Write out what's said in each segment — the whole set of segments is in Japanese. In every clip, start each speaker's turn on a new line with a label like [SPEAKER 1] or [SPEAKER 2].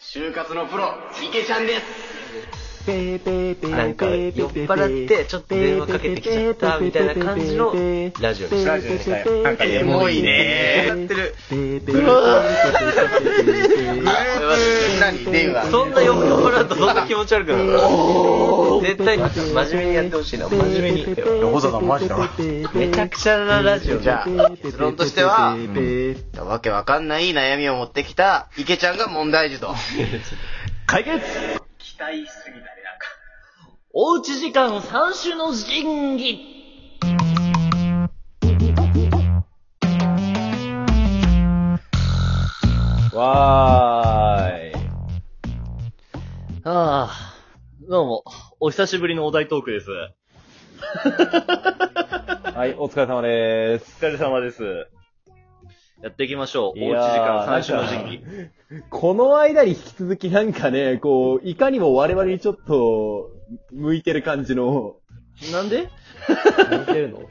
[SPEAKER 1] 就活のプロ、池ちゃんです。
[SPEAKER 2] ペーペーペー
[SPEAKER 3] なんか酔っ払ってちょっと電話かけてきちゃったみたいな感じのラジオにしたた
[SPEAKER 2] ラジオにしたよ
[SPEAKER 4] なんかエ
[SPEAKER 1] モいね
[SPEAKER 2] やってる
[SPEAKER 1] 何電話。
[SPEAKER 3] そんな酔っ払うとそんな気持ち悪くなる絶対真面目にやってほしいな真面目に
[SPEAKER 4] ロザさんマジだな
[SPEAKER 3] めちゃくちゃなラジオ
[SPEAKER 1] じゃあ、結論としては、
[SPEAKER 2] え
[SPEAKER 1] わけわかんない悩みを持ってきた池ちゃんが問題児と。
[SPEAKER 4] 解決
[SPEAKER 1] 期待しすぎたね、なんか。
[SPEAKER 3] おうち時間3週の神技
[SPEAKER 4] わーい。
[SPEAKER 3] ああどうもお久しぶりのお題トークです
[SPEAKER 4] はい、お疲れ様でーす。
[SPEAKER 3] お疲れ様ですやっていきましょう
[SPEAKER 4] い
[SPEAKER 3] おうち時
[SPEAKER 4] やー
[SPEAKER 3] 間3週の神技
[SPEAKER 4] この間に引き続きなんかね、こう、いかにも我々にちょっと、向いてる感じの、
[SPEAKER 3] なんで
[SPEAKER 4] 向いてるの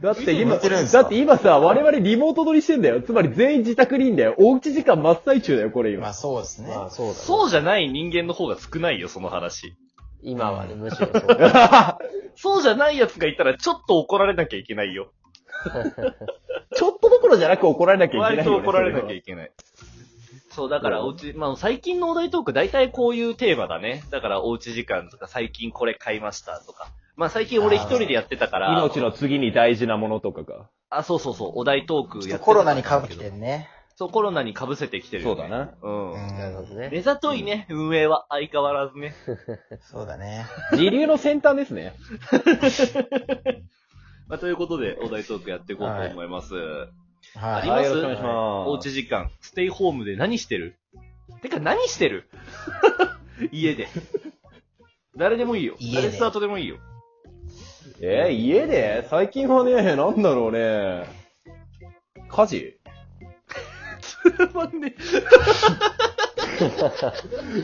[SPEAKER 4] だって今、
[SPEAKER 5] 向いてるんですか
[SPEAKER 4] だって今さ、我々リモート撮りしてんだよ。つまり全員自宅にいんだよ。おうち時間真っ最中だよ、これ
[SPEAKER 5] ま
[SPEAKER 4] 今
[SPEAKER 5] あ。そうですね。
[SPEAKER 2] そうだ
[SPEAKER 3] そうじゃない人間の方が少ないよ、その話。
[SPEAKER 2] 今はねむしろそうだ
[SPEAKER 3] そうじゃない奴がいたら、ちょっと怒られなきゃいけないよ。
[SPEAKER 4] ちょっとどころじゃなく怒られなきゃいけないよ
[SPEAKER 3] 割
[SPEAKER 4] ね、
[SPEAKER 3] と怒られなきゃ
[SPEAKER 4] そ
[SPEAKER 3] いけない。そう、だから、おうち、まあ、最近のお題トーク、大体こういうテーマだね。だから、おうち時間とか、最近これ買いましたとか。まあ、最近俺一人でやってたか
[SPEAKER 4] れ
[SPEAKER 3] ら。
[SPEAKER 4] は命の次に大事なものとかが。
[SPEAKER 3] あ、そうそうそう、お題トークやっ
[SPEAKER 5] ち
[SPEAKER 3] て
[SPEAKER 5] ょ
[SPEAKER 3] た
[SPEAKER 5] っとコロナにか
[SPEAKER 3] かぶ
[SPEAKER 5] ぶってんね。
[SPEAKER 3] そう、コロナに被せてきてる、
[SPEAKER 4] そうだ。な。
[SPEAKER 3] うん。
[SPEAKER 2] なるほどね
[SPEAKER 3] 目ざといね、運営は。相変わらずね。
[SPEAKER 5] そうだね。
[SPEAKER 4] 時流の先端ですね。
[SPEAKER 3] まあ、ということで、お題トークやっていこうと思います。あ
[SPEAKER 5] は
[SPEAKER 3] り
[SPEAKER 5] い。
[SPEAKER 3] ま
[SPEAKER 4] はい、よろし
[SPEAKER 3] す
[SPEAKER 4] くお願いします。
[SPEAKER 3] おうち時間、ステイホームで何してるてか何してる 家で。誰でもいいよ。
[SPEAKER 5] 家で
[SPEAKER 3] 誰スタートでもいいよ。
[SPEAKER 4] えー家で最近はね、なんだろうね。家事
[SPEAKER 3] つまんね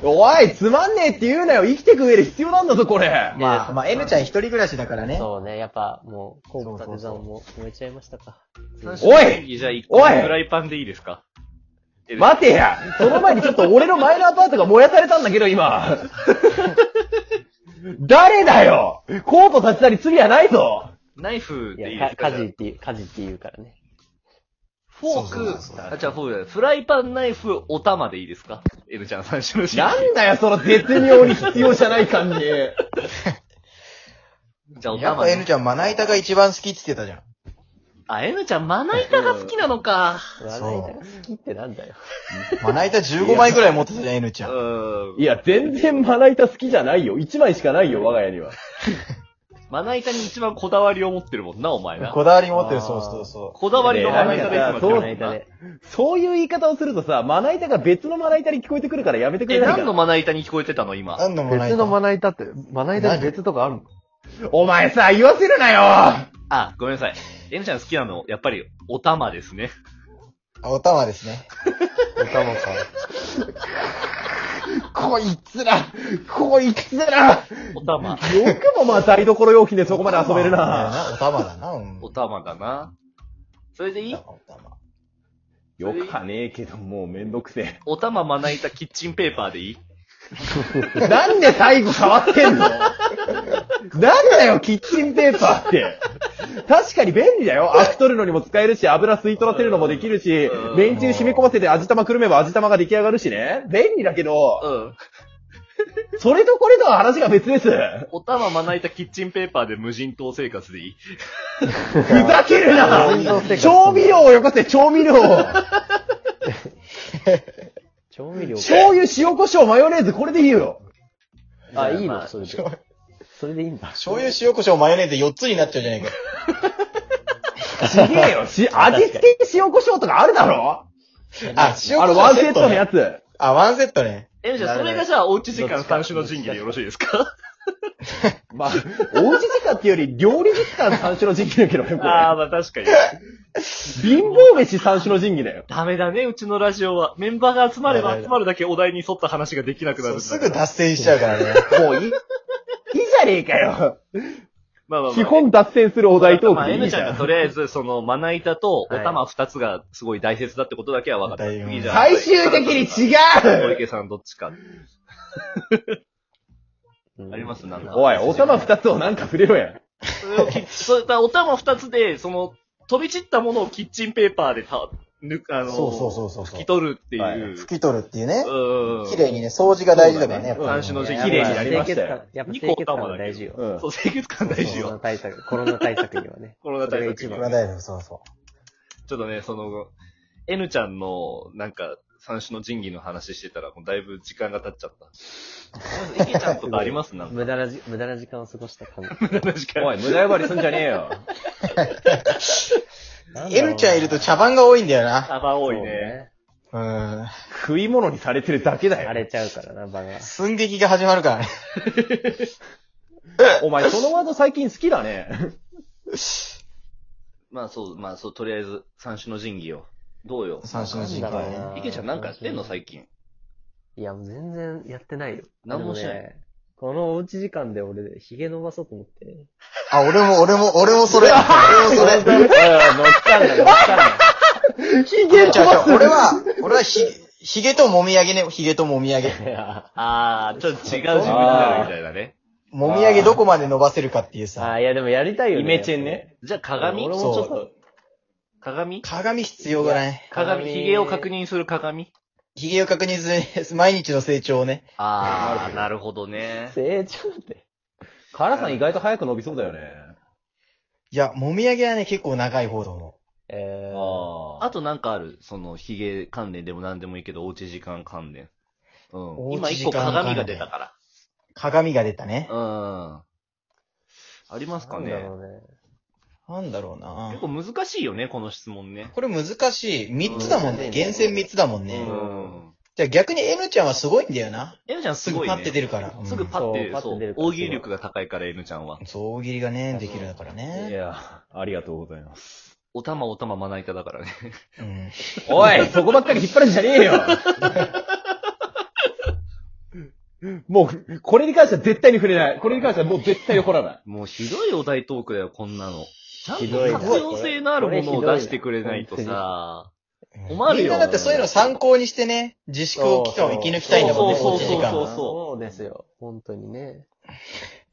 [SPEAKER 4] おい、つまんねえって言うなよ。生きてく上で必要なんだぞ、これ。
[SPEAKER 5] まあ、
[SPEAKER 2] ね
[SPEAKER 5] まあ、N ちゃん一人暮らしだからね。
[SPEAKER 2] そうねやっぱもうコン
[SPEAKER 5] そう
[SPEAKER 2] パテ
[SPEAKER 5] そう
[SPEAKER 2] ザ
[SPEAKER 5] そう
[SPEAKER 2] ンも燃えちゃいましたか
[SPEAKER 4] お
[SPEAKER 3] いじゃあ一個
[SPEAKER 4] おい
[SPEAKER 3] フライパンでいいですか
[SPEAKER 4] 待てや。その前にちょっと俺の前のアパートが燃やされたんだけど、 今。誰だよコート立ちたり罪はないぞ
[SPEAKER 3] ナイフ
[SPEAKER 2] い
[SPEAKER 3] でいい
[SPEAKER 2] や
[SPEAKER 3] です
[SPEAKER 2] か
[SPEAKER 3] か
[SPEAKER 2] 家事っていう家事って言うからね
[SPEAKER 3] フォーク
[SPEAKER 5] そうそうそう、
[SPEAKER 3] あ、じゃあフォークじゃないフライパン、ナイフ、お玉でいいですか ?N ちゃん最初のシーン
[SPEAKER 4] なんだよ、その絶妙に必要じゃない感じ。
[SPEAKER 3] じゃあお
[SPEAKER 5] やっぱ
[SPEAKER 3] 玉
[SPEAKER 5] N
[SPEAKER 3] ね。
[SPEAKER 5] ちゃんまな板が一番好きって言ってたじゃん。
[SPEAKER 3] あ、N ちゃんまな板が好きなのか。
[SPEAKER 2] 笑いながら好きってなんだよ
[SPEAKER 5] まな板15枚ぐらい持ってたじゃん、N ちゃん。
[SPEAKER 3] うん
[SPEAKER 4] い。や、全然まな板好きじゃないよ。一枚しかないよ、我が家には。
[SPEAKER 3] まな板に一番こだわりを持ってるもんな、お前な。
[SPEAKER 5] こだわり持ってる、そうそうそ
[SPEAKER 3] こだわりのまな板でいつもやってるも
[SPEAKER 4] い
[SPEAKER 3] ん
[SPEAKER 4] やいや
[SPEAKER 3] な
[SPEAKER 4] そう。そういう言い方をするとさ、まな板が別のまな板に聞こえてくるからやめてく
[SPEAKER 3] え、
[SPEAKER 4] れないか
[SPEAKER 3] 何のまな板に聞こえてたの
[SPEAKER 5] う。
[SPEAKER 3] 今。
[SPEAKER 5] 何のまな板
[SPEAKER 2] な板ってまな
[SPEAKER 5] 板に別
[SPEAKER 2] とかあるの
[SPEAKER 4] お前さ、言わせるなよ
[SPEAKER 3] あ、ごめんなさい。エムちゃん好きなの、やっぱり、お玉ですね。
[SPEAKER 5] あお玉ですね。
[SPEAKER 2] 頭か
[SPEAKER 4] こいつら、こいつら、よ
[SPEAKER 3] お玉。
[SPEAKER 4] くもまあ台所用品でそこまで遊べるな。
[SPEAKER 5] お玉だな、うん。
[SPEAKER 3] お玉だな。それでいい
[SPEAKER 5] お玉
[SPEAKER 3] よか
[SPEAKER 4] ねえけど、もうめんどくせ
[SPEAKER 3] お玉まな板キッチンペーパーでいい
[SPEAKER 4] え。なんで最後変わってんのなんだよ、キッチンペーパーって。確かに便利だよ。アク取るのにも使えるし、油吸い取らせるのもできるし
[SPEAKER 3] う、ん
[SPEAKER 4] めんつゆ染み込ませて味玉くるめば味玉が出来上がるしね。便利だけど、
[SPEAKER 3] うん。
[SPEAKER 4] それとこれとは話が別です。
[SPEAKER 3] お玉まな板キッチンペーパーで無人島生活でいい
[SPEAKER 4] ふざけるな
[SPEAKER 2] 運動生活
[SPEAKER 4] 調味料をよこせ、調味料
[SPEAKER 2] 調味料
[SPEAKER 4] 醤油、塩、胡椒、マヨネーズ、これでいいよ
[SPEAKER 2] あいい
[SPEAKER 3] ま
[SPEAKER 2] の
[SPEAKER 3] あ
[SPEAKER 2] それでそれでいいんだ
[SPEAKER 5] 醤油、塩、胡椒、マヨネーズ4つになっちゃうじゃないか。
[SPEAKER 4] ちげえよし、味付けに塩、胡椒とかあるだろ
[SPEAKER 5] あ、塩、
[SPEAKER 4] あ
[SPEAKER 5] 胡
[SPEAKER 4] の、ワ
[SPEAKER 5] 椒
[SPEAKER 4] ンセットのや
[SPEAKER 5] つ。
[SPEAKER 4] つ。
[SPEAKER 5] あ、ワンセットね。
[SPEAKER 3] エムちゃん、それがじゃあ、おうち時間3種の神器でよろしいですか
[SPEAKER 4] まあ、おうち時間っていうより、料理時間三種の神器だけどね、こ れ。
[SPEAKER 3] あー、まあ確かに。
[SPEAKER 4] 貧乏飯三種の神器だよ。
[SPEAKER 3] ダメだね、うちのラジオは。メンバーが集まれば集まるだけお題に沿った話ができなくな
[SPEAKER 5] そ
[SPEAKER 3] るん
[SPEAKER 5] う
[SPEAKER 3] だ
[SPEAKER 5] すぐ脱線しちゃうからね。
[SPEAKER 4] もういい、いいじゃねえかよ。
[SPEAKER 3] まあまあまあ
[SPEAKER 4] 基本脱線するお題トークでいいじ
[SPEAKER 3] まあまあ N ちゃ
[SPEAKER 4] ゃ
[SPEAKER 3] んが
[SPEAKER 4] ん。
[SPEAKER 3] とりあえず、その、まな板とお
[SPEAKER 2] はい。
[SPEAKER 3] 玉二つがすごい大切だってことだけは分かった。
[SPEAKER 5] だいぶ
[SPEAKER 3] いいじゃん。
[SPEAKER 4] 最終的に違
[SPEAKER 3] 小
[SPEAKER 4] う
[SPEAKER 3] 池さんどっちか。ありますすなんか。
[SPEAKER 4] おい、お玉二つをなんか触れろや。
[SPEAKER 3] それをきそういったお玉二つで、その、飛び散ったものをキッチンペーパーでた、ぬ、あの、
[SPEAKER 5] そうそうそうそうそう
[SPEAKER 3] 拭き取るっていう。
[SPEAKER 4] はい
[SPEAKER 5] 拭き取るっていうね。
[SPEAKER 3] うん。
[SPEAKER 5] 綺麗にね、掃除が大事だからね、やっぱり。
[SPEAKER 3] 三種の時期
[SPEAKER 4] 綺麗にやりましたよ
[SPEAKER 2] 清潔感やっぱ
[SPEAKER 3] 二
[SPEAKER 2] 清
[SPEAKER 3] 個
[SPEAKER 2] 潔
[SPEAKER 3] 頭だ
[SPEAKER 2] 感
[SPEAKER 3] けど
[SPEAKER 2] 大事よ。
[SPEAKER 4] うん
[SPEAKER 3] そう、清潔感大事
[SPEAKER 2] コロナ
[SPEAKER 3] よ。
[SPEAKER 2] 対策、コロナ対策にはね。
[SPEAKER 3] コロナ対
[SPEAKER 2] それ
[SPEAKER 3] 策
[SPEAKER 2] が
[SPEAKER 5] こ
[SPEAKER 2] 一
[SPEAKER 5] れは大丈夫、そうそう。
[SPEAKER 3] ちょっとね、その、N ちゃんの、なんか、三種の神器の話してたら、もうだいぶ時間が経っちゃった。イケちゃんとかあります なんか。
[SPEAKER 2] 無駄なじ、無駄な時間を過ごした感じ。
[SPEAKER 3] 無駄な時間
[SPEAKER 4] おい、無駄呼ばわりすんじゃねえよ。
[SPEAKER 5] エルちゃんいると茶番が多いんだよな。
[SPEAKER 3] 幅多い
[SPEAKER 2] そう
[SPEAKER 3] ね。。
[SPEAKER 5] うん。
[SPEAKER 4] 食い物にされてるだけだ
[SPEAKER 2] 荒
[SPEAKER 4] よ。
[SPEAKER 2] れちゃうからな、場が。
[SPEAKER 5] 寸劇が始まるからね。
[SPEAKER 4] お前、そのワード最近好きだね。
[SPEAKER 3] まあそう、まあそう、とりあえず、三種の神器よ。どうよ。
[SPEAKER 5] 三種の神器ね。
[SPEAKER 3] イケちゃんなんかやってんの最近。
[SPEAKER 2] いや、もう全然やってないよ。
[SPEAKER 3] 何もしない
[SPEAKER 2] あのね。このおうち時間で俺、髭伸ばそうと思って。
[SPEAKER 5] あ、俺も、俺も、俺もそれ。 俺もそれ。
[SPEAKER 2] おいおい乗っかんな、乗っかん な。
[SPEAKER 4] ヒゲ
[SPEAKER 5] ちゃうちゃう、俺は、俺はひ、ひげともみあげね、ひげともみあげ。
[SPEAKER 3] あー、ちょっと違う自分になるみたいなね。
[SPEAKER 5] もみあげどこまで伸ばせるかっていう
[SPEAKER 2] あ
[SPEAKER 5] さ、
[SPEAKER 2] ー、いやでもやりたいよね。
[SPEAKER 4] イメチェンね。
[SPEAKER 3] じゃあ鏡
[SPEAKER 2] 俺もち
[SPEAKER 5] そう
[SPEAKER 2] ょっと、
[SPEAKER 3] 鏡
[SPEAKER 5] 鏡必要がない。
[SPEAKER 3] 鏡、
[SPEAKER 2] 鏡
[SPEAKER 3] 髭を確認する鏡
[SPEAKER 5] ひげを確認す る、毎日の成長をね。
[SPEAKER 3] あー、なるほどね。
[SPEAKER 2] 成長って。
[SPEAKER 4] カラさん意外と早く伸びそうだよね。
[SPEAKER 5] いや、もみあげはね、結構長い方だも
[SPEAKER 2] えー、
[SPEAKER 4] あ
[SPEAKER 3] あとなんかあるその、髭関連でも何でもいいけど、おうち時間関連。うん。
[SPEAKER 5] おう
[SPEAKER 3] 今
[SPEAKER 5] ち
[SPEAKER 3] 一
[SPEAKER 5] 時
[SPEAKER 3] 個
[SPEAKER 5] 間関連
[SPEAKER 3] 鏡が出たか
[SPEAKER 5] 鏡が出たね
[SPEAKER 3] ら。。うん。ありますか
[SPEAKER 2] なんだ
[SPEAKER 3] ね
[SPEAKER 2] ろうね。
[SPEAKER 5] なんだろうな
[SPEAKER 3] 結構難しいよね、この質問ね。
[SPEAKER 5] これ難しい。三つだもんね。厳選三つだもん
[SPEAKER 3] う
[SPEAKER 5] ね。
[SPEAKER 3] ん。
[SPEAKER 5] じゃあ逆に N ちゃんはすごいんだよな。
[SPEAKER 3] N ちゃん
[SPEAKER 5] す
[SPEAKER 3] すご
[SPEAKER 5] ぐ
[SPEAKER 3] い
[SPEAKER 5] パ
[SPEAKER 3] ね。
[SPEAKER 5] ッて出るから。うん
[SPEAKER 3] すぐパッて、
[SPEAKER 2] そうパ
[SPEAKER 3] そ
[SPEAKER 2] ッて出
[SPEAKER 3] う
[SPEAKER 2] る。から
[SPEAKER 3] 大喜利力が高いから、N ちゃんは。
[SPEAKER 5] そう、大喜利がね、できるだから
[SPEAKER 4] い
[SPEAKER 5] ね。
[SPEAKER 4] や、ありがとうございます。
[SPEAKER 3] おたまおたままな板だからね。
[SPEAKER 5] うん。
[SPEAKER 4] おい、 そこばっかり引っ張るんじゃねえよ。 もう、これに関しては絶対に触れない。これに関してはもう絶対に怒らない。
[SPEAKER 3] もうひどいお題トークだよ、こんなの。ちゃん
[SPEAKER 2] ひ
[SPEAKER 3] と
[SPEAKER 2] どいな
[SPEAKER 3] 活用性のあるものを出してくれないと
[SPEAKER 2] これひどい
[SPEAKER 3] さ、困る
[SPEAKER 5] み
[SPEAKER 3] よ
[SPEAKER 5] んなだってそういうの参考にしてね、自粛を期間を生き抜きたいんだもんね、
[SPEAKER 3] そう
[SPEAKER 5] おう
[SPEAKER 3] そう
[SPEAKER 5] ち
[SPEAKER 3] そ
[SPEAKER 5] 時
[SPEAKER 3] う
[SPEAKER 5] 間
[SPEAKER 3] そう
[SPEAKER 5] は。
[SPEAKER 2] そうですよ。本当にね。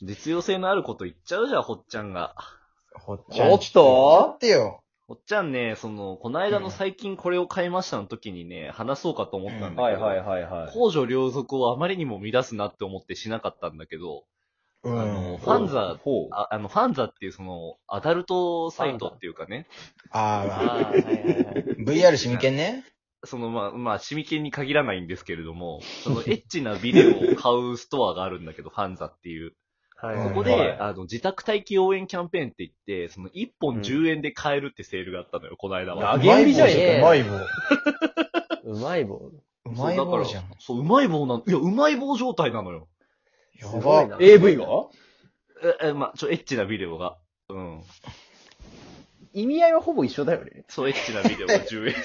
[SPEAKER 3] 実用性のあること言っちゃうじゃん、ほっちゃんが。
[SPEAKER 5] ほっ
[SPEAKER 4] ちょっと
[SPEAKER 5] ってよ。
[SPEAKER 3] ほっちゃんね、その、この間の最近これを買いましたの時にね、話そうかと思ったんだけど、
[SPEAKER 4] はいはいはいは
[SPEAKER 3] 公序良俗をあまりにも乱すなって思ってしなかったんだけど、
[SPEAKER 5] う
[SPEAKER 3] あの、
[SPEAKER 5] ん
[SPEAKER 3] フ。ァンザ、
[SPEAKER 4] ほう。
[SPEAKER 3] ああの、ファンザっていうその、アダルトサイトっていうかね、
[SPEAKER 5] ああ、
[SPEAKER 2] あー、はいはいはい。
[SPEAKER 5] VR シミケンね。
[SPEAKER 3] そのまあ、まあ、シミケンに限らないんですけれども、そのエッチなビデオを買うストアがあるんだけど、ファンザっていう。
[SPEAKER 2] はい
[SPEAKER 5] うん
[SPEAKER 3] そこ
[SPEAKER 4] は
[SPEAKER 3] で
[SPEAKER 4] い、
[SPEAKER 3] あの、自宅待機応援キャンペーンって言って、その1本10円で買えるってセールがあったのよ、この間は。
[SPEAKER 4] あ原理じゃね
[SPEAKER 2] え
[SPEAKER 5] うまい棒。う
[SPEAKER 2] うまい棒。
[SPEAKER 5] まい
[SPEAKER 3] そうだか
[SPEAKER 5] 棒
[SPEAKER 3] ら
[SPEAKER 5] じゃん。
[SPEAKER 3] そう、うまい棒なの。いや、うまい棒状態なのよ。
[SPEAKER 5] や
[SPEAKER 2] すごい
[SPEAKER 5] ば。
[SPEAKER 2] な。
[SPEAKER 4] AV が
[SPEAKER 3] え、え、まあ、ちょ、エッチなビデオが。うん。
[SPEAKER 4] 意味合いはほぼ一緒だよね。
[SPEAKER 3] そう、エッチなビデオが10円。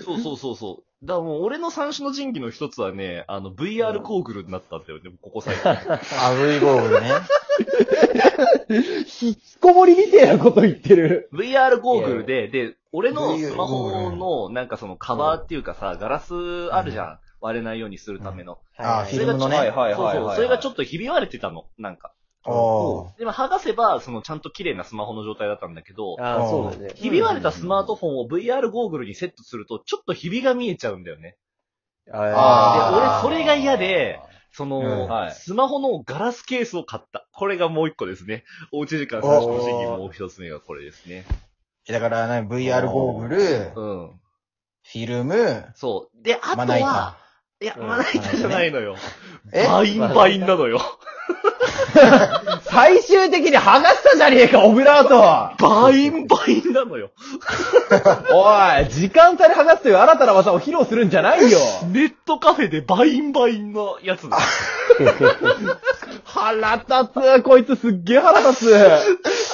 [SPEAKER 3] そうそうそうそう。だからもう、俺の三種の神器の一つはね、あの、VR ゴーグルになったんだよね、ここ最近。
[SPEAKER 5] アブイゴー ルね。
[SPEAKER 4] 引っこもりみてえなこと言ってる。
[SPEAKER 3] VR ゴーグルで、で、俺の
[SPEAKER 5] VR
[SPEAKER 3] スマホの、なんかそのカバーっていうかさ、ガラスあるじゃん。割れないようにするための。
[SPEAKER 5] ああ、
[SPEAKER 2] はい
[SPEAKER 5] フィルムの
[SPEAKER 4] はい
[SPEAKER 5] ね。
[SPEAKER 4] はい
[SPEAKER 3] そう
[SPEAKER 4] はい
[SPEAKER 3] そう。
[SPEAKER 4] はい。
[SPEAKER 3] それがちょ
[SPEAKER 4] っ
[SPEAKER 3] っとひび割れてたの、なんか。
[SPEAKER 5] おー
[SPEAKER 3] でも剥がせば、そのちゃんと綺麗なスマホの状態だったんだけど、
[SPEAKER 2] ああ、そうだね。
[SPEAKER 3] ひび割れたスマートフォンを VR ゴーグルにセットすると、ちょっとひびが見えちゃうんだよね。
[SPEAKER 5] あ
[SPEAKER 3] で俺それが嫌で、その、
[SPEAKER 5] うん
[SPEAKER 4] はい
[SPEAKER 3] スマホのガラスケースを買った。これがもう一個ですね。 おうち時間最初の時にもう一つ目がこれですね。
[SPEAKER 5] だからね、VR ゴーグル、フ
[SPEAKER 3] うん。
[SPEAKER 5] ィルム、
[SPEAKER 3] そう。で、あ
[SPEAKER 5] まな
[SPEAKER 3] とは、
[SPEAKER 5] 板。
[SPEAKER 3] いや、
[SPEAKER 2] うん
[SPEAKER 3] まな板じゃないのよ。
[SPEAKER 5] え
[SPEAKER 3] バインバインなのよ。
[SPEAKER 4] 最終的に剥がしたじゃねえか、オブラート
[SPEAKER 3] バインバインなのよ。
[SPEAKER 4] おい、時間差で剥がすという新たな技を披露するんじゃないよ
[SPEAKER 3] ネットカフェでバインバインのやつだ。
[SPEAKER 4] 腹立つこいつすっげえ腹立つ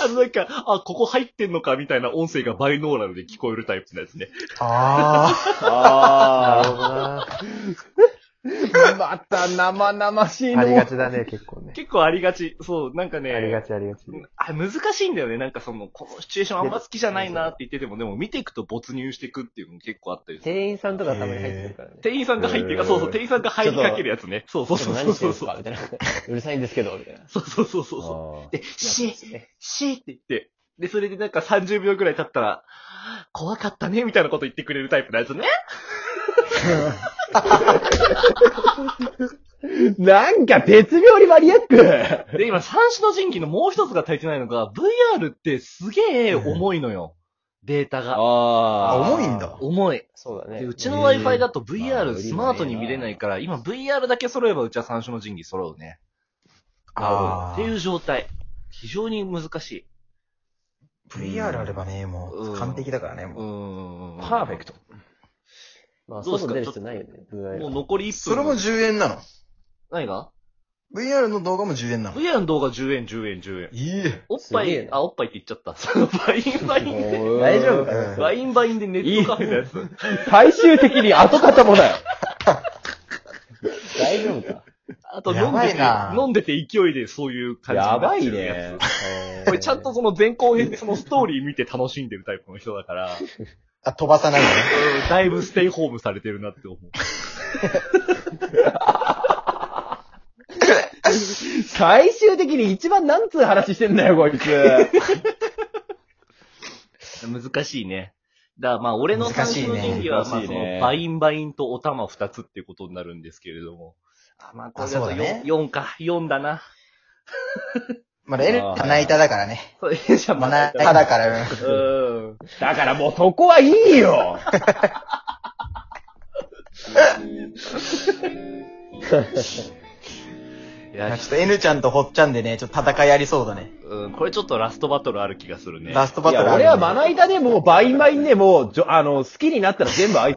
[SPEAKER 3] あの、なんか、あ、ここ入ってんのかみたいな音声がバイノーラルで聞こえるタイプのやつね。
[SPEAKER 5] あ
[SPEAKER 4] あ
[SPEAKER 2] なるほどな。
[SPEAKER 4] あ。また生々しい
[SPEAKER 2] あり
[SPEAKER 4] の
[SPEAKER 2] が。ちだね、結構ね。
[SPEAKER 3] 結構ありがち。そう、なんかね。
[SPEAKER 4] ありがちありがち。
[SPEAKER 3] あ、難しいんだよね。なんかその、このシチュエーションあんま好きじゃないなって言ってても、でも見ていくと没入していくっていうのも結構あったりする。
[SPEAKER 2] 店員さんとかたまに入ってくるからね。
[SPEAKER 3] 店員さんが入って
[SPEAKER 4] へ
[SPEAKER 3] る、
[SPEAKER 4] ー
[SPEAKER 3] あそうそう、店員さんが入りかけるやつね。そうそう
[SPEAKER 2] ち
[SPEAKER 3] そ
[SPEAKER 2] ょ
[SPEAKER 3] う
[SPEAKER 2] っ
[SPEAKER 3] そう
[SPEAKER 2] と何して
[SPEAKER 3] そ
[SPEAKER 2] るん
[SPEAKER 3] う
[SPEAKER 2] す
[SPEAKER 3] そう
[SPEAKER 2] か。みたいな。 うるさいんですけど、みたいな。
[SPEAKER 3] そうそうそうそうそう。
[SPEAKER 4] あ
[SPEAKER 3] で、シー、
[SPEAKER 2] ね
[SPEAKER 3] シーって言って、で、それでなんか30秒くらい経ったら、怖かったね、みたいなこと言ってくれるタイプのやつね。
[SPEAKER 4] ーなんか、鉄病にマニアック
[SPEAKER 3] で、今、三種の神器のもう一つが足りてないのが、VR ってすげえ重いのよ。データが。
[SPEAKER 5] あ、
[SPEAKER 4] あ
[SPEAKER 5] 重いんだ。
[SPEAKER 3] 重い。
[SPEAKER 2] そうだね。
[SPEAKER 3] で、うち
[SPEAKER 5] え
[SPEAKER 3] の
[SPEAKER 5] ー
[SPEAKER 3] Wi-Fi だと VR
[SPEAKER 2] まあ
[SPEAKER 3] スマートに見れないから、今 VR だけ揃えばうちは三種の神器揃うね。
[SPEAKER 5] あー
[SPEAKER 3] っていう状態。非常に難しい。
[SPEAKER 5] VR あればね、も
[SPEAKER 3] う
[SPEAKER 5] うん完璧だからね、
[SPEAKER 3] う
[SPEAKER 5] もう。
[SPEAKER 3] ーん。ト。
[SPEAKER 4] ト。
[SPEAKER 2] まあ、
[SPEAKER 3] どうす
[SPEAKER 2] 外
[SPEAKER 3] か
[SPEAKER 2] 出る必要ないよね。
[SPEAKER 3] もう残り1
[SPEAKER 5] そ
[SPEAKER 3] 分。
[SPEAKER 5] れも10円なの。
[SPEAKER 3] 何が
[SPEAKER 5] VR の動画も10円なの。い
[SPEAKER 3] ?VR の動画10円、10円、10円。
[SPEAKER 5] いえ。
[SPEAKER 3] おっぱ
[SPEAKER 2] すげえ
[SPEAKER 3] い、
[SPEAKER 2] な
[SPEAKER 3] あ、おっぱいって言っちゃった。 そのバインバインで、
[SPEAKER 2] 大丈夫
[SPEAKER 5] かな
[SPEAKER 3] バインバインでネットカフェのやつ。
[SPEAKER 4] 最終的に跡形もない。
[SPEAKER 2] 大丈夫か。
[SPEAKER 3] あと飲んで
[SPEAKER 5] やばいな
[SPEAKER 3] て、飲んでて勢いでそういう感じに
[SPEAKER 4] や
[SPEAKER 3] なっちゃう
[SPEAKER 4] ば
[SPEAKER 3] やつ。
[SPEAKER 4] いね。
[SPEAKER 3] これちゃんとその前後編でそのストーリー見て楽しんでるタイプの人だから、
[SPEAKER 5] あ、飛ばさないのね。
[SPEAKER 3] うんだいぶステイホームされてるなって思う。
[SPEAKER 4] 最終的に一番なんつう話してんだよ、こいつ。
[SPEAKER 3] 難しいね。だからまあ、俺の三種の神器は、
[SPEAKER 4] 難
[SPEAKER 3] まあ、
[SPEAKER 4] しいね難しい
[SPEAKER 3] そ
[SPEAKER 4] ね
[SPEAKER 3] の、バインバインとお玉二つっていうことになるんですけれども。あ、まあ、これだ
[SPEAKER 5] あ
[SPEAKER 3] と
[SPEAKER 5] そうだね
[SPEAKER 3] 4, 四か、4だな。
[SPEAKER 5] まだ L
[SPEAKER 4] あー
[SPEAKER 5] はナイタだからね。
[SPEAKER 3] そう、えじゃあ
[SPEAKER 5] ま
[SPEAKER 3] ま
[SPEAKER 5] あ、
[SPEAKER 3] あ
[SPEAKER 5] ナイタだ から、うん。
[SPEAKER 3] うん。
[SPEAKER 4] だからもうそこはいい よ。
[SPEAKER 3] い
[SPEAKER 5] ま
[SPEAKER 3] や
[SPEAKER 5] あ、ちょっと N ちゃんとほっちゃんでね、ちょっと戦いありそうだね。
[SPEAKER 3] うん、これちょっとラストバトルある気がするね。
[SPEAKER 5] ラストバ
[SPEAKER 4] い
[SPEAKER 5] トル
[SPEAKER 4] や、
[SPEAKER 5] ある
[SPEAKER 4] 俺
[SPEAKER 5] よ
[SPEAKER 4] は
[SPEAKER 5] ね
[SPEAKER 4] まな板でもう、バインバインでもう、じょあの、好きになったら全部あい